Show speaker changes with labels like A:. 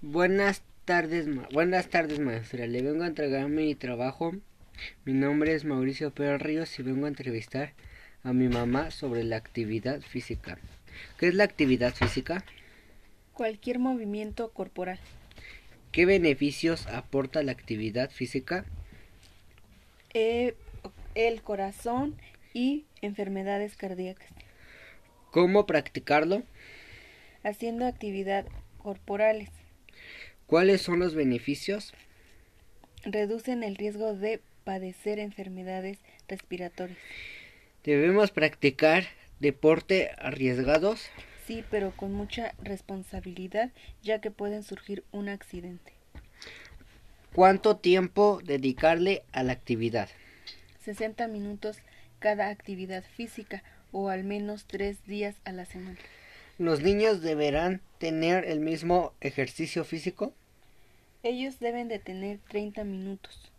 A: Buenas tardes, ma- buenas tardes maestra. Le vengo a entregar mi trabajo. Mi nombre es Mauricio Pérez Ríos y vengo a entrevistar a mi mamá sobre la actividad física. ¿Qué es la actividad física?
B: Cualquier movimiento corporal.
A: ¿Qué beneficios aporta la actividad física?
B: Eh, el corazón y enfermedades cardíacas.
A: ¿Cómo practicarlo?
B: Haciendo actividad corporales.
A: ¿Cuáles son los beneficios?
B: Reducen el riesgo de padecer enfermedades respiratorias.
A: ¿Debemos practicar deporte arriesgados?
B: Sí, pero con mucha responsabilidad ya que pueden surgir un accidente.
A: ¿Cuánto tiempo dedicarle a la actividad?
B: 60 minutos cada actividad física o al menos tres días a la semana.
A: ¿Los niños deberán tener el mismo ejercicio físico?
B: Ellos deben de tener 30 minutos.